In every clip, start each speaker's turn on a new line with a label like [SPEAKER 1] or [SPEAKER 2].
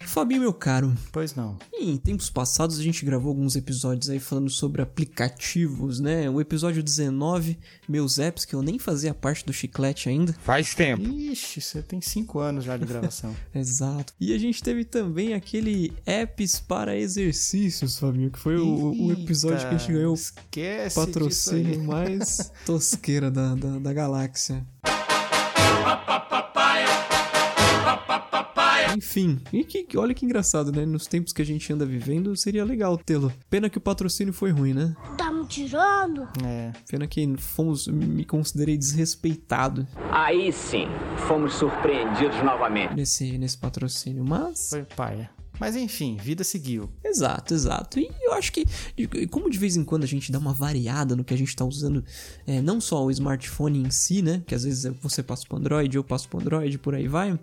[SPEAKER 1] Fabinho, meu caro,
[SPEAKER 2] Pois não.
[SPEAKER 1] em tempos passados a gente gravou alguns episódios aí falando sobre aplicativos, né? O episódio 19, meus apps, que eu nem fazia parte do chiclete ainda.
[SPEAKER 3] Faz tempo.
[SPEAKER 2] Ixi, você tem cinco anos já de gravação.
[SPEAKER 1] Exato. E a gente teve também aquele apps para exercícios, Fabinho, que foi o, o episódio que a gente ganhou o
[SPEAKER 2] Esquece
[SPEAKER 1] patrocínio
[SPEAKER 2] disso aí.
[SPEAKER 1] mais tosqueira da, da, da galáxia. Enfim, e que, que- olha que engraçado, né? Nos tempos que a gente anda vivendo, seria legal tê-lo. Pena que o patrocínio foi ruim, né?
[SPEAKER 4] Tá me tirando?
[SPEAKER 2] É.
[SPEAKER 1] Pena que fomos, me considerei desrespeitado
[SPEAKER 5] Aí sim, fomos surpreendidos novamente.
[SPEAKER 1] nesse, nesse patrocínio, mas...
[SPEAKER 2] Foi paia. Mas enfim, vida seguiu.
[SPEAKER 1] Exato, exato. E eu acho que, e como de vez em quando a gente dá uma variada no que a gente tá usando, é, não só o smartphone em si, né? Que às vezes você passa pro Android, eu passo pro Android, por aí vai.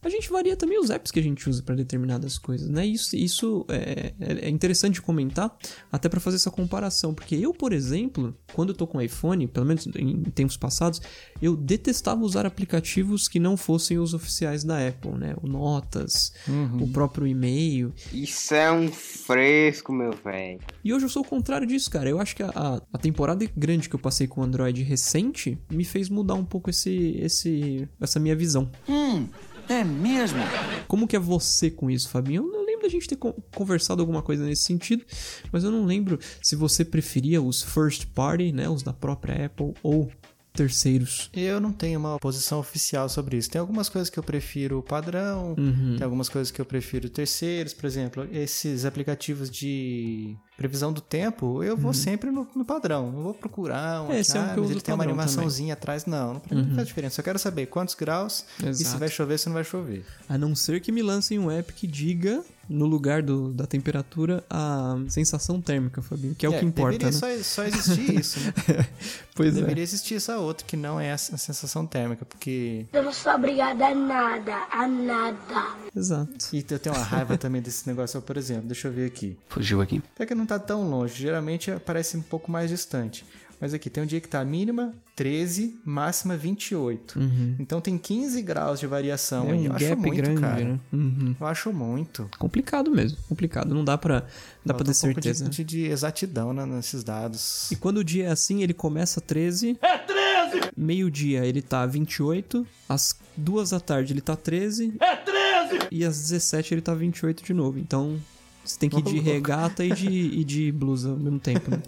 [SPEAKER 1] A gente varia também os apps que a gente usa para determinadas coisas, né? Isso, isso é, é interessante comentar, até para fazer essa comparação. Porque eu, por exemplo, quando eu tô com iPhone, pelo menos em tempos passados, eu detestava usar aplicativos que não fossem os oficiais da Apple, né? O Notas, o próprio e-mail.
[SPEAKER 6] Isso é um fresco, meu velho.
[SPEAKER 1] E hoje eu sou o contrário disso, cara. Eu acho que a- a, a temporada grande que eu passei com o Android recente me fez mudar um pouco esse, esse, essa minha visão.
[SPEAKER 7] É mesmo?
[SPEAKER 1] Como que é você com isso, Fabinho? Eu não lembro da gente ter con- conversado alguma coisa nesse sentido, mas eu não lembro se você preferia os first party, né, os da própria Apple ou terceiros.
[SPEAKER 2] Eu não tenho uma posição oficial sobre isso. Tem algumas coisas que eu prefiro o padrão,
[SPEAKER 1] Uhum.
[SPEAKER 2] tem algumas coisas que eu prefiro terceiros, por exemplo, esses aplicativos de previsão do tempo, eu vou sempre no, no padrão. Não vou procurar um,
[SPEAKER 1] É,
[SPEAKER 2] aqui,
[SPEAKER 1] Uhum. esse é um
[SPEAKER 2] ah,
[SPEAKER 1] que eu
[SPEAKER 2] mas
[SPEAKER 1] uso
[SPEAKER 2] ele tem uma
[SPEAKER 1] padrão Uhum.
[SPEAKER 2] animaçãozinha atrás. Não, não, pra mim não faz diferença. Eu quero saber quantos graus e se
[SPEAKER 1] Exato.
[SPEAKER 2] vai chover, se não vai chover.
[SPEAKER 1] A não ser que me lancem um app que diga no lugar do- da temperatura a sensação térmica, Fabinho, que é, o que importa,
[SPEAKER 2] Deveria
[SPEAKER 1] né?
[SPEAKER 2] só, só existir isso, né?
[SPEAKER 1] Pois é.
[SPEAKER 2] deveria existir essa outra, que não é a sen- a sensação térmica, porque
[SPEAKER 4] Eu não sou obrigada a nada, a nada.
[SPEAKER 1] Exato.
[SPEAKER 2] E eu tenho uma raiva também desse negócio, por exemplo, deixa eu ver aqui. Fugiu aqui. Até que não tá tão longe, geralmente parece um pouco mais distante. Mas aqui tem um dia que tá mínima 13, máxima 28. Então tem 15 graus de variação.
[SPEAKER 1] Uhum. É
[SPEAKER 2] aí.
[SPEAKER 1] um
[SPEAKER 2] eu acho
[SPEAKER 1] gap
[SPEAKER 2] muito,
[SPEAKER 1] grande,
[SPEAKER 2] cara.
[SPEAKER 1] né? Uhum.
[SPEAKER 2] Eu acho muito.
[SPEAKER 1] Complicado mesmo, complicado. Não dá pra, dá pra
[SPEAKER 2] Falta
[SPEAKER 1] ter
[SPEAKER 2] um pouco de-
[SPEAKER 1] certeza. né?
[SPEAKER 2] De, de exatidão né, nesses dados.
[SPEAKER 1] E quando o dia é assim, ele começa 13. É 13! Meio-dia ele tá 28. Às duas da tarde ele tá 13. É 13! E às 17 ele tá 28 de novo. Então você tem que ir de regata e de, e de blusa ao mesmo tempo, né?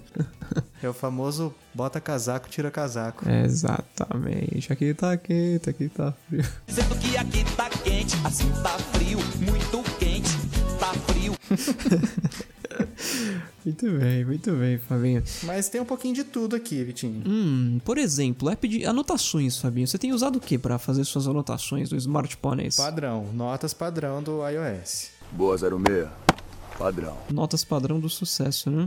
[SPEAKER 2] É o famoso bota casaco, tira casaco.
[SPEAKER 1] É. Exatamente. Aqui tá quente, aqui tá frio.
[SPEAKER 7] Sendo que aqui tá quente, assim tá frio, muito quente, tá frio.
[SPEAKER 1] Muito bem, muito bem, Fabinho.
[SPEAKER 2] Mas tem um pouquinho de tudo aqui, Vitinho.
[SPEAKER 1] Hum, por exemplo, app de anotações, Fabinho. Você tem usado o que pra fazer suas anotações no smartphone?
[SPEAKER 2] Padrão, notas padrão do iOS.
[SPEAKER 8] Boa 06, padrão.
[SPEAKER 1] Notas padrão do sucesso, né?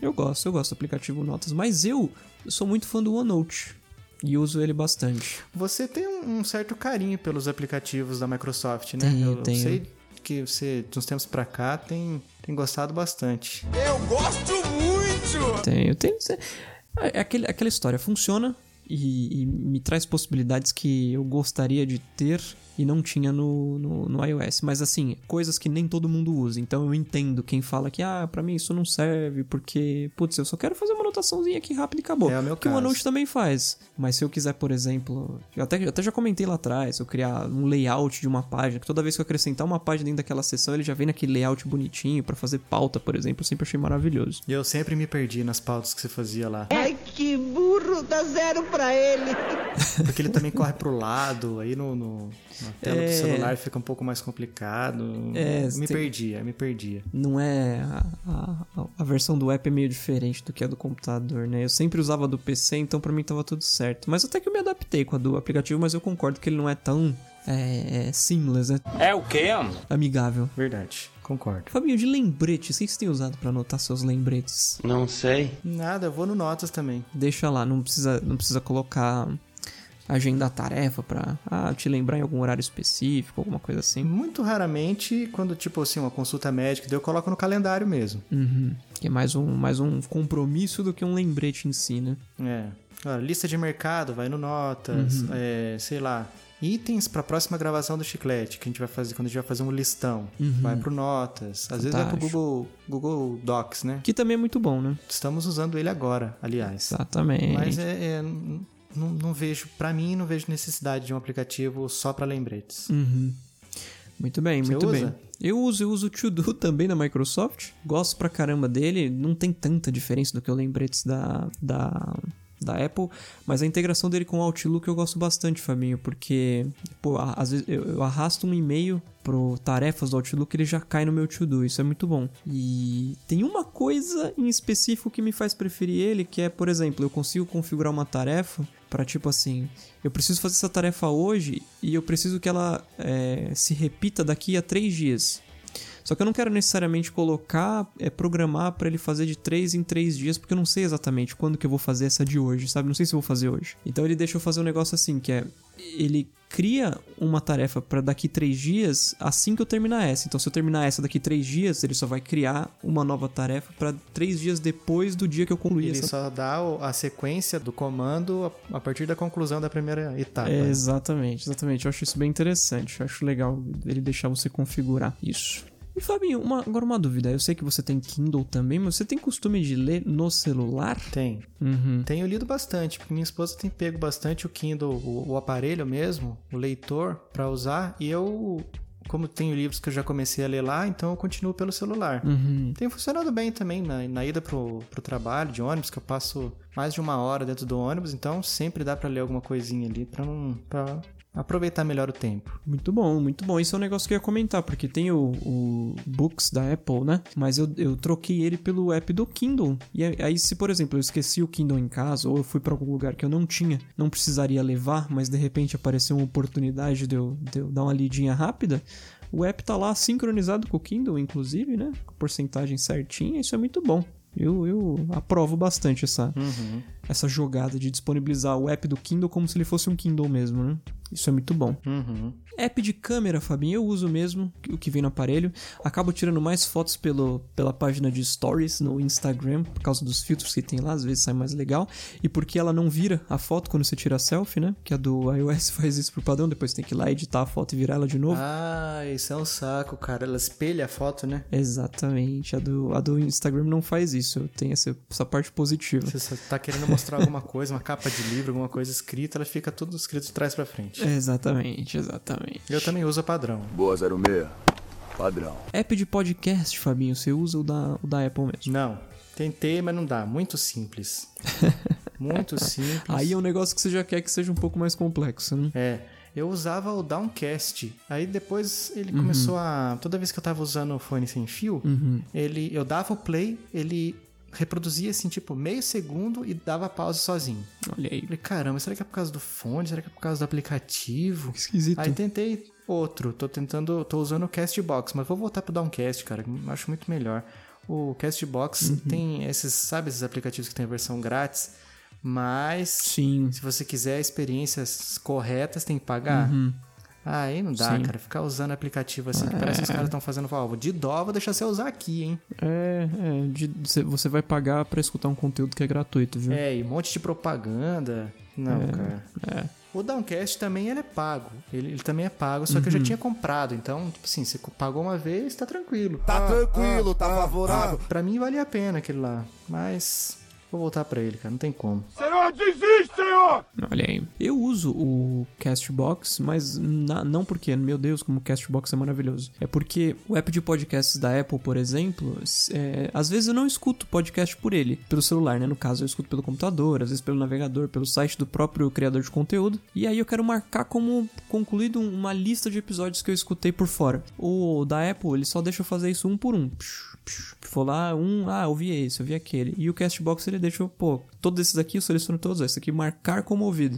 [SPEAKER 1] Eu gosto, eu gosto do aplicativo Notas, mas eu sou muito fã do OneNote e uso ele bastante.
[SPEAKER 2] Você tem um um certo carinho pelos aplicativos da Microsoft, né?
[SPEAKER 1] Tenho,
[SPEAKER 2] eu
[SPEAKER 1] tenho.
[SPEAKER 2] sei que você, de uns tempos pra cá, tem, tem gostado bastante.
[SPEAKER 1] Tenho, tenho. É aquele, aquela história, funciona e, e me traz possibilidades que eu gostaria de ter e não tinha no, no, no iOS. Mas assim, coisas que nem todo mundo usa. Então eu entendo quem fala que, ah, pra mim isso não serve, porque, putz, eu só quero fazer uma anotaçãozinha aqui rápida e acabou.
[SPEAKER 2] É o meu
[SPEAKER 1] que o
[SPEAKER 2] caso.
[SPEAKER 1] OneNote também faz. Mas se eu quiser, por exemplo, eu até, eu até já comentei lá atrás, eu criar um layout de uma página, que toda vez que eu acrescentar uma página dentro daquela seção, ele já vem naquele layout bonitinho pra fazer pauta, por exemplo, eu sempre achei maravilhoso.
[SPEAKER 2] E eu sempre me perdi nas pautas que você fazia lá.
[SPEAKER 9] Ai, que burro, dá zero pra ele.
[SPEAKER 2] Porque ele também corre pro lado, aí no, no- na tela do
[SPEAKER 1] É.
[SPEAKER 2] celular fica um pouco mais complicado.
[SPEAKER 1] É,
[SPEAKER 2] me
[SPEAKER 1] tem-
[SPEAKER 2] perdia, me perdia.
[SPEAKER 1] não é. A, a- a versão do app é meio diferente do que a do computador, né? Eu sempre usava a do PC, então pra mim tava tudo certo. Mas até que eu me adaptei com a do aplicativo, mas eu concordo que ele não é tão. É, é, seamless, né?
[SPEAKER 5] É o quê, amor?
[SPEAKER 1] Amigável.
[SPEAKER 2] Verdade, concordo.
[SPEAKER 1] Fabinho, de lembretes, o que você tem usado pra anotar seus lembretes?
[SPEAKER 6] Não sei.
[SPEAKER 2] Nada, eu vou no Notas também.
[SPEAKER 1] Deixa lá, não precisa, não precisa colocar agenda tarefa pra ah, te lembrar em algum horário específico, alguma coisa assim.
[SPEAKER 2] Muito raramente, quando, tipo assim, uma consulta médica, daí eu coloco no calendário mesmo.
[SPEAKER 1] Uhum. Que é mais um, mais um compromisso do que um lembrete em si, né?
[SPEAKER 2] É. Ó, lista de mercado, vai no
[SPEAKER 1] Uhum.
[SPEAKER 2] Notas, é, sei lá. Itens para a próxima gravação do Chiclete, que a gente vai fazer quando a gente vai fazer um listão. Vai pro Notas. Às vezes vai pro
[SPEAKER 1] Uhum. Fantástico.
[SPEAKER 2] Google, Google Docs, né?
[SPEAKER 1] Que também é muito bom, né?
[SPEAKER 2] Estamos usando ele agora, aliás.
[SPEAKER 1] Exatamente.
[SPEAKER 2] Mas é, é, n- não, não vejo, para mim, não vejo necessidade de um aplicativo só para lembretes.
[SPEAKER 1] Uhum. Muito bem,
[SPEAKER 2] Você
[SPEAKER 1] muito
[SPEAKER 2] usa?
[SPEAKER 1] bem. Eu uso, eu uso o To-Do também da Microsoft. Gosto pra caramba dele. Não tem tanta diferença do que eu lembrei antes da, da, da Apple. Mas a integração dele com o Outlook eu gosto bastante, Fabinho. Porque, pô, a- às vezes eu, eu arrasto um e-mail pro tarefas do Outlook ele já cai no meu To-Do. Isso é muito bom. E tem uma coisa em específico que me faz preferir ele, que é, por exemplo, eu consigo configurar uma tarefa pra tipo assim, eu preciso fazer essa tarefa hoje e eu preciso que ela é, se repita daqui a três dias. Só que eu não quero necessariamente colocar, é, programar pra ele fazer de três em três dias, porque eu não sei exatamente quando que eu vou fazer essa de hoje, sabe? Não sei se eu vou fazer hoje. Então ele deixa eu fazer um negócio assim, que é ele cria uma tarefa pra daqui três dias assim que eu terminar essa. Então se eu terminar essa daqui três dias, ele só vai criar uma nova tarefa pra três dias depois do dia que eu concluir
[SPEAKER 2] Ele
[SPEAKER 1] essa
[SPEAKER 2] só dá o- a sequência do comando a, a partir da conclusão da primeira etapa.
[SPEAKER 1] É, exatamente, exatamente. Eu acho isso bem interessante. Eu acho legal ele deixar você configurar isso. E Fabinho, uma- agora uma dúvida. Eu sei que você tem Kindle também, mas você tem costume de ler no celular?
[SPEAKER 2] Tem.
[SPEAKER 1] Uhum.
[SPEAKER 2] Tenho lido bastante, porque minha esposa tem pego bastante o Kindle, o, o aparelho mesmo, o leitor, pra usar, e eu, como tenho livros que eu já comecei a ler lá, então eu continuo pelo celular.
[SPEAKER 1] Uhum.
[SPEAKER 2] Tem funcionado bem também na, na ida pro, pro trabalho de ônibus, que eu passo mais de uma hora dentro do ônibus, então sempre dá pra ler alguma coisinha ali pra não. pra aproveitar melhor o tempo.
[SPEAKER 1] Muito bom, muito bom. Isso é um negócio que eu ia comentar, porque tem o, o Books da Apple, né? Mas eu, eu troquei ele pelo app do Kindle. E aí- aí, se, por exemplo, eu esqueci o Kindle em casa, ou eu fui pra algum lugar que eu não tinha, não precisaria levar, mas de repente apareceu uma oportunidade de eu, de eu dar uma lidinha rápida. O app tá lá sincronizado com o Kindle, inclusive, né? Com a porcentagem certinha, isso é muito bom. Eu, eu aprovo bastante essa, essa jogada de disponibilizar o app do Kindle como se ele fosse um Kindle mesmo, né? Isso é muito bom. App de câmera, Fabinho, eu uso mesmo o que vem no aparelho. Acabo tirando mais fotos pelo, pela página de stories no Instagram, por causa dos filtros que tem lá, às vezes sai mais legal. E porque ela não vira a foto quando você tira a selfie, né? Que a do iOS faz isso pro padrão, depois tem que ir lá editar a foto e virar ela de novo.
[SPEAKER 2] Ah, isso é um saco, cara. Ela espelha a foto, né?
[SPEAKER 1] Exatamente, a do, a do Instagram não faz isso, tem essa, essa parte positiva.
[SPEAKER 2] Você só tá querendo mostrar alguma coisa, uma capa de livro, alguma coisa escrita, ela fica tudo escrito de trás pra frente.
[SPEAKER 1] Exatamente, exatamente.
[SPEAKER 2] Eu também uso a padrão.
[SPEAKER 8] Boa 06, padrão.
[SPEAKER 1] App de podcast, Fabinho, você usa o da, o da Apple mesmo.
[SPEAKER 2] Não, tentei, mas não dá. Muito simples. Muito simples.
[SPEAKER 1] Aí é um negócio que você já quer que seja um pouco mais complexo, né?
[SPEAKER 2] É, eu usava o Downcast. Aí depois ele começou a. Toda vez que eu tava usando o fone sem fio, ele, eu dava o play, ele reproduzia assim, tipo, meio segundo e dava pausa sozinho.
[SPEAKER 1] Olha aí.
[SPEAKER 2] Falei, caramba, será que é por causa do fone? Será que é por causa do aplicativo?
[SPEAKER 1] Esquisito.
[SPEAKER 2] Aí tentei outro, tô tentando, tô usando o Castbox, mas vou voltar pro Downcast, cara, que eu acho muito melhor. O
[SPEAKER 1] Uhum.
[SPEAKER 2] Castbox tem esses, sabe esses aplicativos que tem a versão grátis, mas
[SPEAKER 1] Sim.
[SPEAKER 2] se você quiser experiências corretas, tem que pagar. Ah, Aí não dá,
[SPEAKER 1] Uhum. Sim.
[SPEAKER 2] cara. Ficar usando aplicativo assim, que parece que os caras estão fazendo favor. De dó, vou deixar você usar aqui, hein?
[SPEAKER 1] É, é de- cê- você vai pagar pra escutar um conteúdo que é gratuito, viu?
[SPEAKER 2] É, e um monte de propaganda. Não, cara. O Downcast também ele é pago. Ele, ele também é pago, só que eu já tinha comprado. Então, tipo assim, você co- pagou uma vez, tá tranquilo. Tá
[SPEAKER 8] Tranquilo, tá favorável.
[SPEAKER 2] ah, Pra mim valia a pena aquele lá. Mas vou voltar pra ele, cara. Não tem como.
[SPEAKER 1] Olha aí. Eu uso o Castbox, mas na- não porque, meu Deus, como o Castbox é maravilhoso. É porque o app de podcasts da Apple, por exemplo, s- é, às vezes eu não escuto podcast por ele, pelo celular, né? No caso, eu escuto pelo computador, às vezes pelo navegador, pelo site do próprio criador de conteúdo. E aí eu quero marcar como concluído uma lista de episódios que eu escutei por fora. O da Apple, ele só deixa eu fazer isso um por um. Psh, psh, Vou lá, um, ah, eu vi esse, eu vi aquele. E o Castbox ele deixa, eu, pô, todos esses aqui eu seleciono todos, ó, esse aqui marcar como ouvido.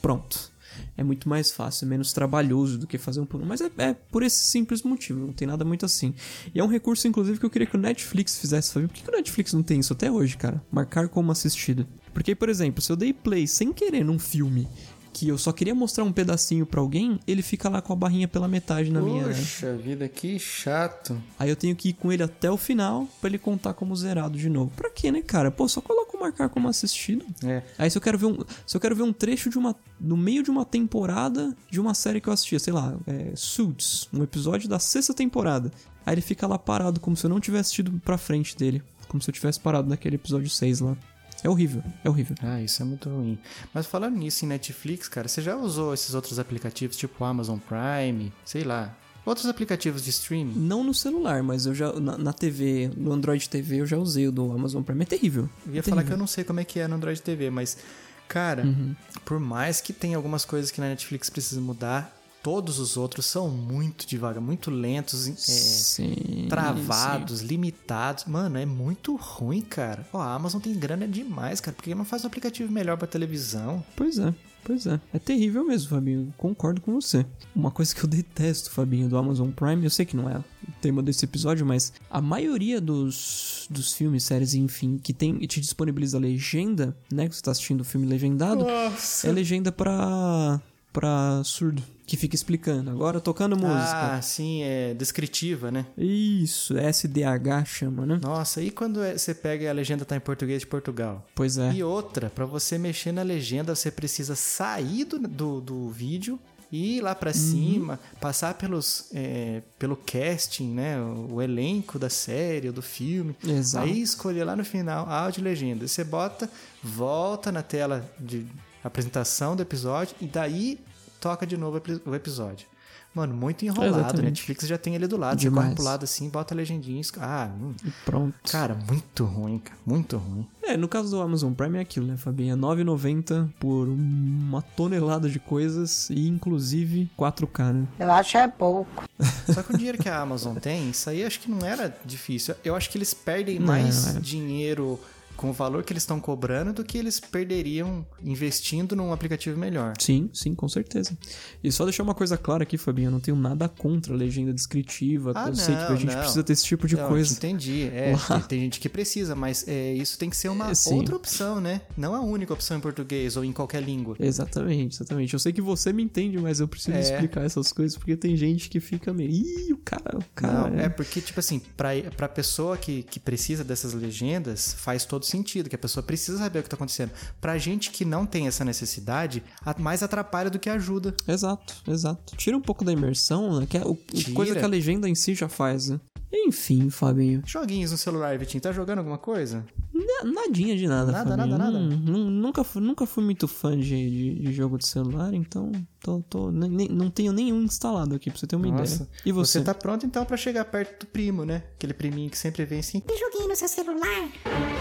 [SPEAKER 1] Pronto. É muito mais fácil, menos trabalhoso do que fazer um por um. Mas é, é por esse simples motivo, não tem nada muito assim. E é um recurso, inclusive, que eu queria que o Netflix fizesse, Fabinho. Por que, que o Netflix não tem isso até hoje, cara? Marcar como assistido. Porque, por exemplo, se eu dei play sem querer num filme que eu só queria mostrar um pedacinho pra alguém, ele fica lá com a barrinha pela metade na minha.
[SPEAKER 2] Poxa vida, que chato.
[SPEAKER 1] Aí eu tenho que ir com ele até o final pra ele contar como zerado de novo. Pra quê, né, cara? Pô, só coloca o marcar como assistido.
[SPEAKER 2] É.
[SPEAKER 1] Aí se eu quero ver um, se eu quero ver um trecho de uma no meio de uma temporada de uma série que eu assistia, sei lá, é, Suits, um episódio da sexta temporada. Aí ele fica lá parado como se eu não tivesse assistido pra frente dele, como se eu tivesse parado naquele episódio 6 lá. É horrível, é horrível.
[SPEAKER 2] Ah, isso é muito ruim. Mas falando nisso em Netflix, cara, você já usou esses outros aplicativos tipo Amazon Prime, sei lá, outros aplicativos de streaming?
[SPEAKER 1] Não no celular, mas eu já na, na TV, no Android TV eu já usei o do Amazon Prime, é terrível.
[SPEAKER 2] Eu ia falar que eu não sei como é que é no Android TV, mas cara,
[SPEAKER 1] Uhum.
[SPEAKER 2] por mais que tenha algumas coisas que na Netflix precisa mudar, todos os outros são muito devagar, muito lentos, é,
[SPEAKER 1] Sim.
[SPEAKER 2] travados, limitados. Mano, é muito ruim, cara. Ó, a Amazon tem grana demais, cara. Por que não faz um aplicativo melhor pra televisão?
[SPEAKER 1] Pois é, pois é. É terrível mesmo, Fabinho. Concordo com você. Uma coisa que eu detesto, Fabinho, do Amazon Prime, eu sei que não é o tema desse episódio, mas a maioria dos, dos filmes, séries, enfim, que tem e te disponibiliza legenda, né? Que você tá assistindo o filme legendado, é legenda pra, pra surdo, que fica explicando. Agora tocando música.
[SPEAKER 2] Ah, sim, é descritiva, né?
[SPEAKER 1] Isso, SDH chama, né?
[SPEAKER 2] Nossa, e quando é- você pega e a legenda tá em português de Portugal?
[SPEAKER 1] Pois é.
[SPEAKER 2] E outra, pra você mexer na legenda, você precisa sair do, do, do vídeo, ir lá
[SPEAKER 1] Uhum.
[SPEAKER 2] pra cima, passar pelos, é, pelo casting, né? O, o elenco da série, ou do filme.
[SPEAKER 1] Exato.
[SPEAKER 2] Aí escolher lá no final áudio e legenda. Você bota, volta na tela de apresentação do episódio e daí toca de novo o epi- o episódio. Mano, muito enrolado.
[SPEAKER 1] Exatamente.
[SPEAKER 2] Netflix já tem ele do lado. Você corre
[SPEAKER 1] Demais.
[SPEAKER 2] pro lado assim, bota a legendinha. e esco- Ah, hum.
[SPEAKER 1] Pronto.
[SPEAKER 2] cara, muito ruim, cara. Muito ruim.
[SPEAKER 1] É, no caso do Amazon Prime é aquilo, né, Fabinha? R$ 9,90 por uma tonelada de coisas e inclusive 4K, né?
[SPEAKER 3] Eu acho é pouco.
[SPEAKER 2] Só que o dinheiro que a Amazon tem, isso aí acho que não era difícil. Eu acho que eles perdem mais
[SPEAKER 1] não é.
[SPEAKER 2] dinheiro com o valor que eles estão cobrando do que eles perderiam investindo num aplicativo melhor.
[SPEAKER 1] Sim, sim, com certeza. E só deixar uma coisa clara aqui, Fabinho, eu não tenho nada contra a legenda descritiva.
[SPEAKER 2] Ah,
[SPEAKER 1] eu sei que
[SPEAKER 2] não,
[SPEAKER 1] a gente
[SPEAKER 2] não.
[SPEAKER 1] precisa ter esse tipo de
[SPEAKER 2] Não,
[SPEAKER 1] coisa.
[SPEAKER 2] Então, Entendi. É, tem, tem gente que precisa, mas é, isso tem que ser uma
[SPEAKER 1] É, sim.
[SPEAKER 2] outra opção, né? Não a única opção em português ou em qualquer língua.
[SPEAKER 1] Exatamente, exatamente. Eu sei que você me entende, mas eu preciso
[SPEAKER 2] É.
[SPEAKER 1] explicar essas coisas porque tem gente que fica meio. Ih, o cara, o cara.
[SPEAKER 2] Não, é porque, tipo assim, pra, pra pessoa que, que precisa dessas legendas, faz todo sentido, que a pessoa precisa saber o que tá acontecendo. Pra gente que não tem essa necessidade, a- mais atrapalha do que ajuda.
[SPEAKER 1] Exato, exato. Tira um pouco da imersão, né? Que é o, o
[SPEAKER 2] Tira.
[SPEAKER 1] coisa que a legenda em si já faz, né? Enfim, Fabinho.
[SPEAKER 2] Joguinhos no celular, Vitinho, tá jogando alguma coisa?
[SPEAKER 1] Na- Nadinha de nada,
[SPEAKER 2] Nada,
[SPEAKER 1] Fabinho.
[SPEAKER 2] nada, nada?
[SPEAKER 1] Hum, nu- Nunca, fui- nunca fui muito fã de, de, de jogo de celular, então tô, tô- nem- nem- não tenho nenhum instalado aqui, pra você ter uma
[SPEAKER 2] Nossa.
[SPEAKER 1] ideia. E você?
[SPEAKER 2] tá pronto então pra chegar perto do primo, né? Aquele priminho que sempre vem assim.
[SPEAKER 3] Tem joguinho no seu celular?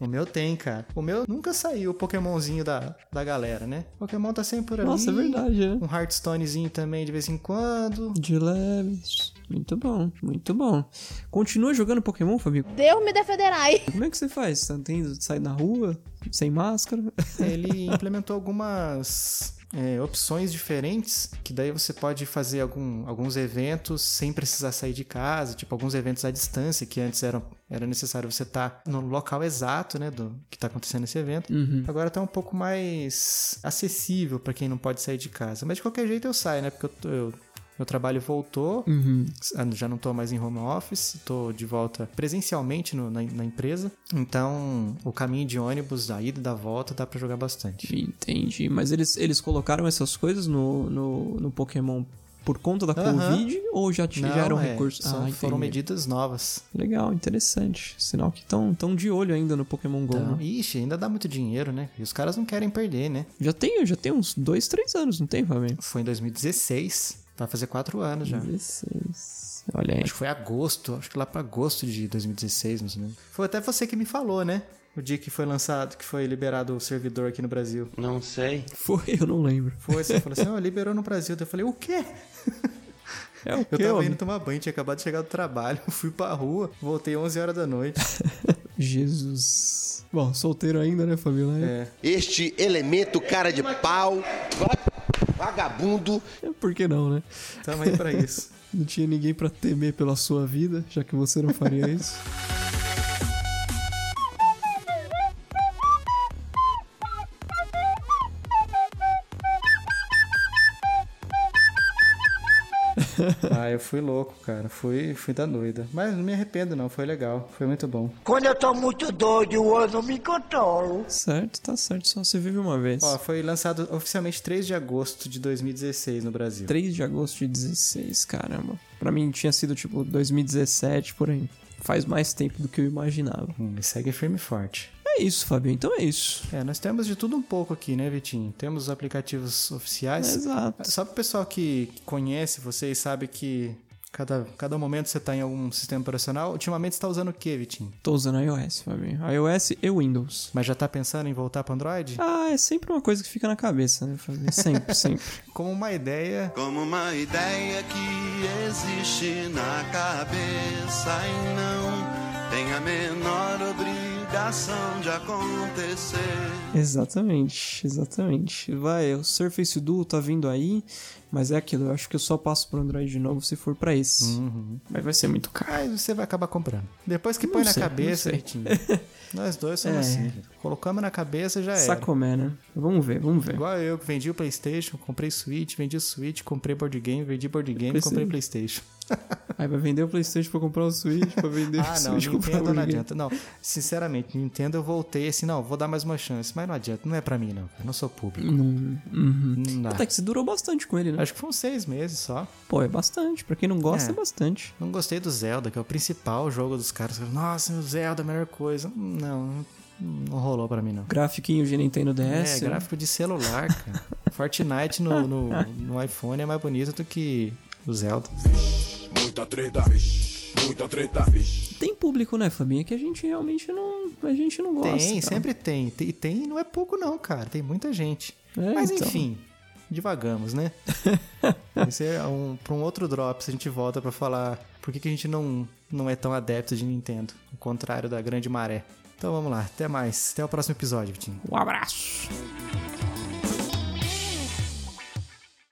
[SPEAKER 2] O meu tem, cara. O meu nunca saiu o Pokémonzinho da, da galera, né? O Pokémon tá sempre por ali.
[SPEAKER 1] Nossa, é verdade, é.
[SPEAKER 2] Um Hearthstonezinho também de vez em quando.
[SPEAKER 1] De leves. Muito bom, muito bom. Continua jogando Pokémon, Fabinho?
[SPEAKER 10] Deus me defenderai.
[SPEAKER 1] Como é que você faz? Você tem, sai na rua, sem máscara?
[SPEAKER 2] Ele implementou algumas é, opções diferentes, que daí você pode fazer algum- alguns eventos sem precisar sair de casa, tipo alguns eventos à distância, que antes eram, era necessário você estar no local exato, né, do que tá acontecendo esse evento. Agora tá um pouco mais acessível para quem não pode sair de casa. Mas de qualquer jeito eu saio, né, porque eu, tô- eu- meu trabalho voltou,
[SPEAKER 1] Uhum.
[SPEAKER 2] ah, Já não tô mais em home office, tô de volta presencialmente no- na, na empresa. Então, o caminho de ônibus, a ida e da volta, dá pra jogar bastante.
[SPEAKER 1] Entendi. Mas eles, eles colocaram essas coisas no, no, no Pokémon por conta da
[SPEAKER 2] Aham.
[SPEAKER 1] Covid ou já, t- já era um
[SPEAKER 2] é,
[SPEAKER 1] recurso?
[SPEAKER 2] são-
[SPEAKER 1] ah,
[SPEAKER 2] foram
[SPEAKER 1] entendi.
[SPEAKER 2] medidas novas.
[SPEAKER 1] Legal, interessante. Sinal que estão tão de olho ainda no Pokémon GO.
[SPEAKER 2] Então,
[SPEAKER 1] né?
[SPEAKER 2] ixi, ainda dá muito dinheiro, né? E os caras não querem perder, né?
[SPEAKER 1] Já tem, já tem uns dois, três anos, não tem, Fabinho?
[SPEAKER 2] Foi em 2016, vai fazer quatro anos já.
[SPEAKER 1] Hum. 16. Olha aí.
[SPEAKER 2] Acho que foi agosto, acho que lá pra agosto de 2016, mais ou menos. Foi até você que me falou, né? O dia que foi lançado, que foi liberado o servidor aqui no Brasil.
[SPEAKER 6] Não sei.
[SPEAKER 1] Foi, eu não lembro.
[SPEAKER 2] Foi, você falou assim, ó, liberou no Brasil. Daí Eu falei, o quê?
[SPEAKER 1] É o que
[SPEAKER 2] Eu
[SPEAKER 1] eu
[SPEAKER 2] tava indo tomar banho, tinha acabado de chegar do trabalho, fui pra rua, voltei 11 horas da noite.
[SPEAKER 1] Jesus. Bom, solteiro ainda, né, Fabinho? É.
[SPEAKER 8] Este elemento cara de pau, vagabundo,
[SPEAKER 1] Por que não, né?
[SPEAKER 2] Tamo aí pra isso.
[SPEAKER 1] Não tinha ninguém pra temer pela sua vida, já que você não faria isso.
[SPEAKER 2] Ah, eu fui louco, cara. Fui, fui da doida. Mas não me arrependo, não. Foi legal. Foi muito bom.
[SPEAKER 7] Quando eu tô muito doido, eu não me controlo.
[SPEAKER 1] Certo, tá certo. Só você vive uma vez.
[SPEAKER 2] Ó, foi lançado oficialmente 3 de agosto de 2016 no Brasil.
[SPEAKER 1] 3 de agosto de 16, caramba. Pra mim tinha sido tipo 2017, porém. Faz mais tempo do que eu imaginava.
[SPEAKER 2] Hum, e segue firme e forte.
[SPEAKER 1] É isso, Fabinho. Então é isso.
[SPEAKER 2] É, nós temos de tudo um pouco aqui, né, Vitinho? Temos os aplicativos oficiais.
[SPEAKER 1] Exato.
[SPEAKER 2] Só pro pessoal que conhece você e sabe que cada, cada momento você tá em algum sistema operacional. Ultimamente você tá usando o que, Vitinho?
[SPEAKER 1] Tô usando iOS, Fabinho. iOS e Windows.
[SPEAKER 2] Mas já tá pensando em voltar pro Android?
[SPEAKER 1] Ah, é sempre uma coisa que fica na cabeça, né, Fabinho? Sempre, sempre.
[SPEAKER 2] Como uma ideia.
[SPEAKER 10] Como uma ideia que existe na cabeça e não tem a menor obrigação de acontecer.
[SPEAKER 1] Exatamente, exatamente. Vai, o Surface Duo tá vindo aí, mas é aquilo, eu acho que eu só passo pro Android de novo se for pra esse.
[SPEAKER 2] Uhum.
[SPEAKER 1] Mas vai ser muito caro.
[SPEAKER 2] Mas você vai acabar comprando. Depois que
[SPEAKER 1] Não
[SPEAKER 2] põe na
[SPEAKER 1] sei, não
[SPEAKER 2] cabeça,
[SPEAKER 1] sei. É.
[SPEAKER 2] Vitinho. nós dois somos assim. Colocamos na cabeça já era.
[SPEAKER 1] Sacomé, né? Vamos ver, vamos ver.
[SPEAKER 2] Igual eu que vendi o Playstation, comprei Switch, vendi o Switch, comprei board game, vendi board game,
[SPEAKER 1] Preciso.
[SPEAKER 2] comprei Playstation.
[SPEAKER 1] Aí vai vender o Playstation pra comprar o Switch, pra vender o
[SPEAKER 2] Ah, não,
[SPEAKER 1] Switch pra comprar
[SPEAKER 2] Nintendo
[SPEAKER 1] o
[SPEAKER 2] não
[SPEAKER 1] videogame.
[SPEAKER 2] adianta. Não, sinceramente, Nintendo eu voltei assim, não, vou dar mais uma chance, mas não adianta, não é pra mim não, eu não sou público. Não dá.
[SPEAKER 1] Até uhum. Ah, tá, que você durou bastante com ele, né?
[SPEAKER 2] Acho que foram seis meses só.
[SPEAKER 1] Pô, é bastante. Pra quem não gosta, é,
[SPEAKER 2] É.
[SPEAKER 1] bastante.
[SPEAKER 2] Não gostei do Zelda, que é o principal jogo dos caras. Nossa, o Zelda é a melhor coisa. Não, não rolou pra mim não.
[SPEAKER 1] Grafiquinho de Nintendo né? DS.
[SPEAKER 2] É, gráfico de celular, cara. Fortnite no, no, no iPhone é mais bonito do que o Zelda.
[SPEAKER 10] Muita treta, muita treta.
[SPEAKER 1] Tem público, né, Fabinho? Que a gente realmente não. A gente não gosta.
[SPEAKER 2] Tem,
[SPEAKER 1] cara.
[SPEAKER 2] sempre tem. Tem- E tem, não é pouco não, cara. Tem muita gente.
[SPEAKER 1] É,
[SPEAKER 2] Mas
[SPEAKER 1] então.
[SPEAKER 2] enfim, divagamos, né? Esse é um, pra um outro Drops a gente volta pra falar por que, que a gente não, não é tão adepto de Nintendo, ao contrário da grande maré. Então vamos lá, até mais. Até o próximo episódio, Vitinho.
[SPEAKER 1] Um abraço.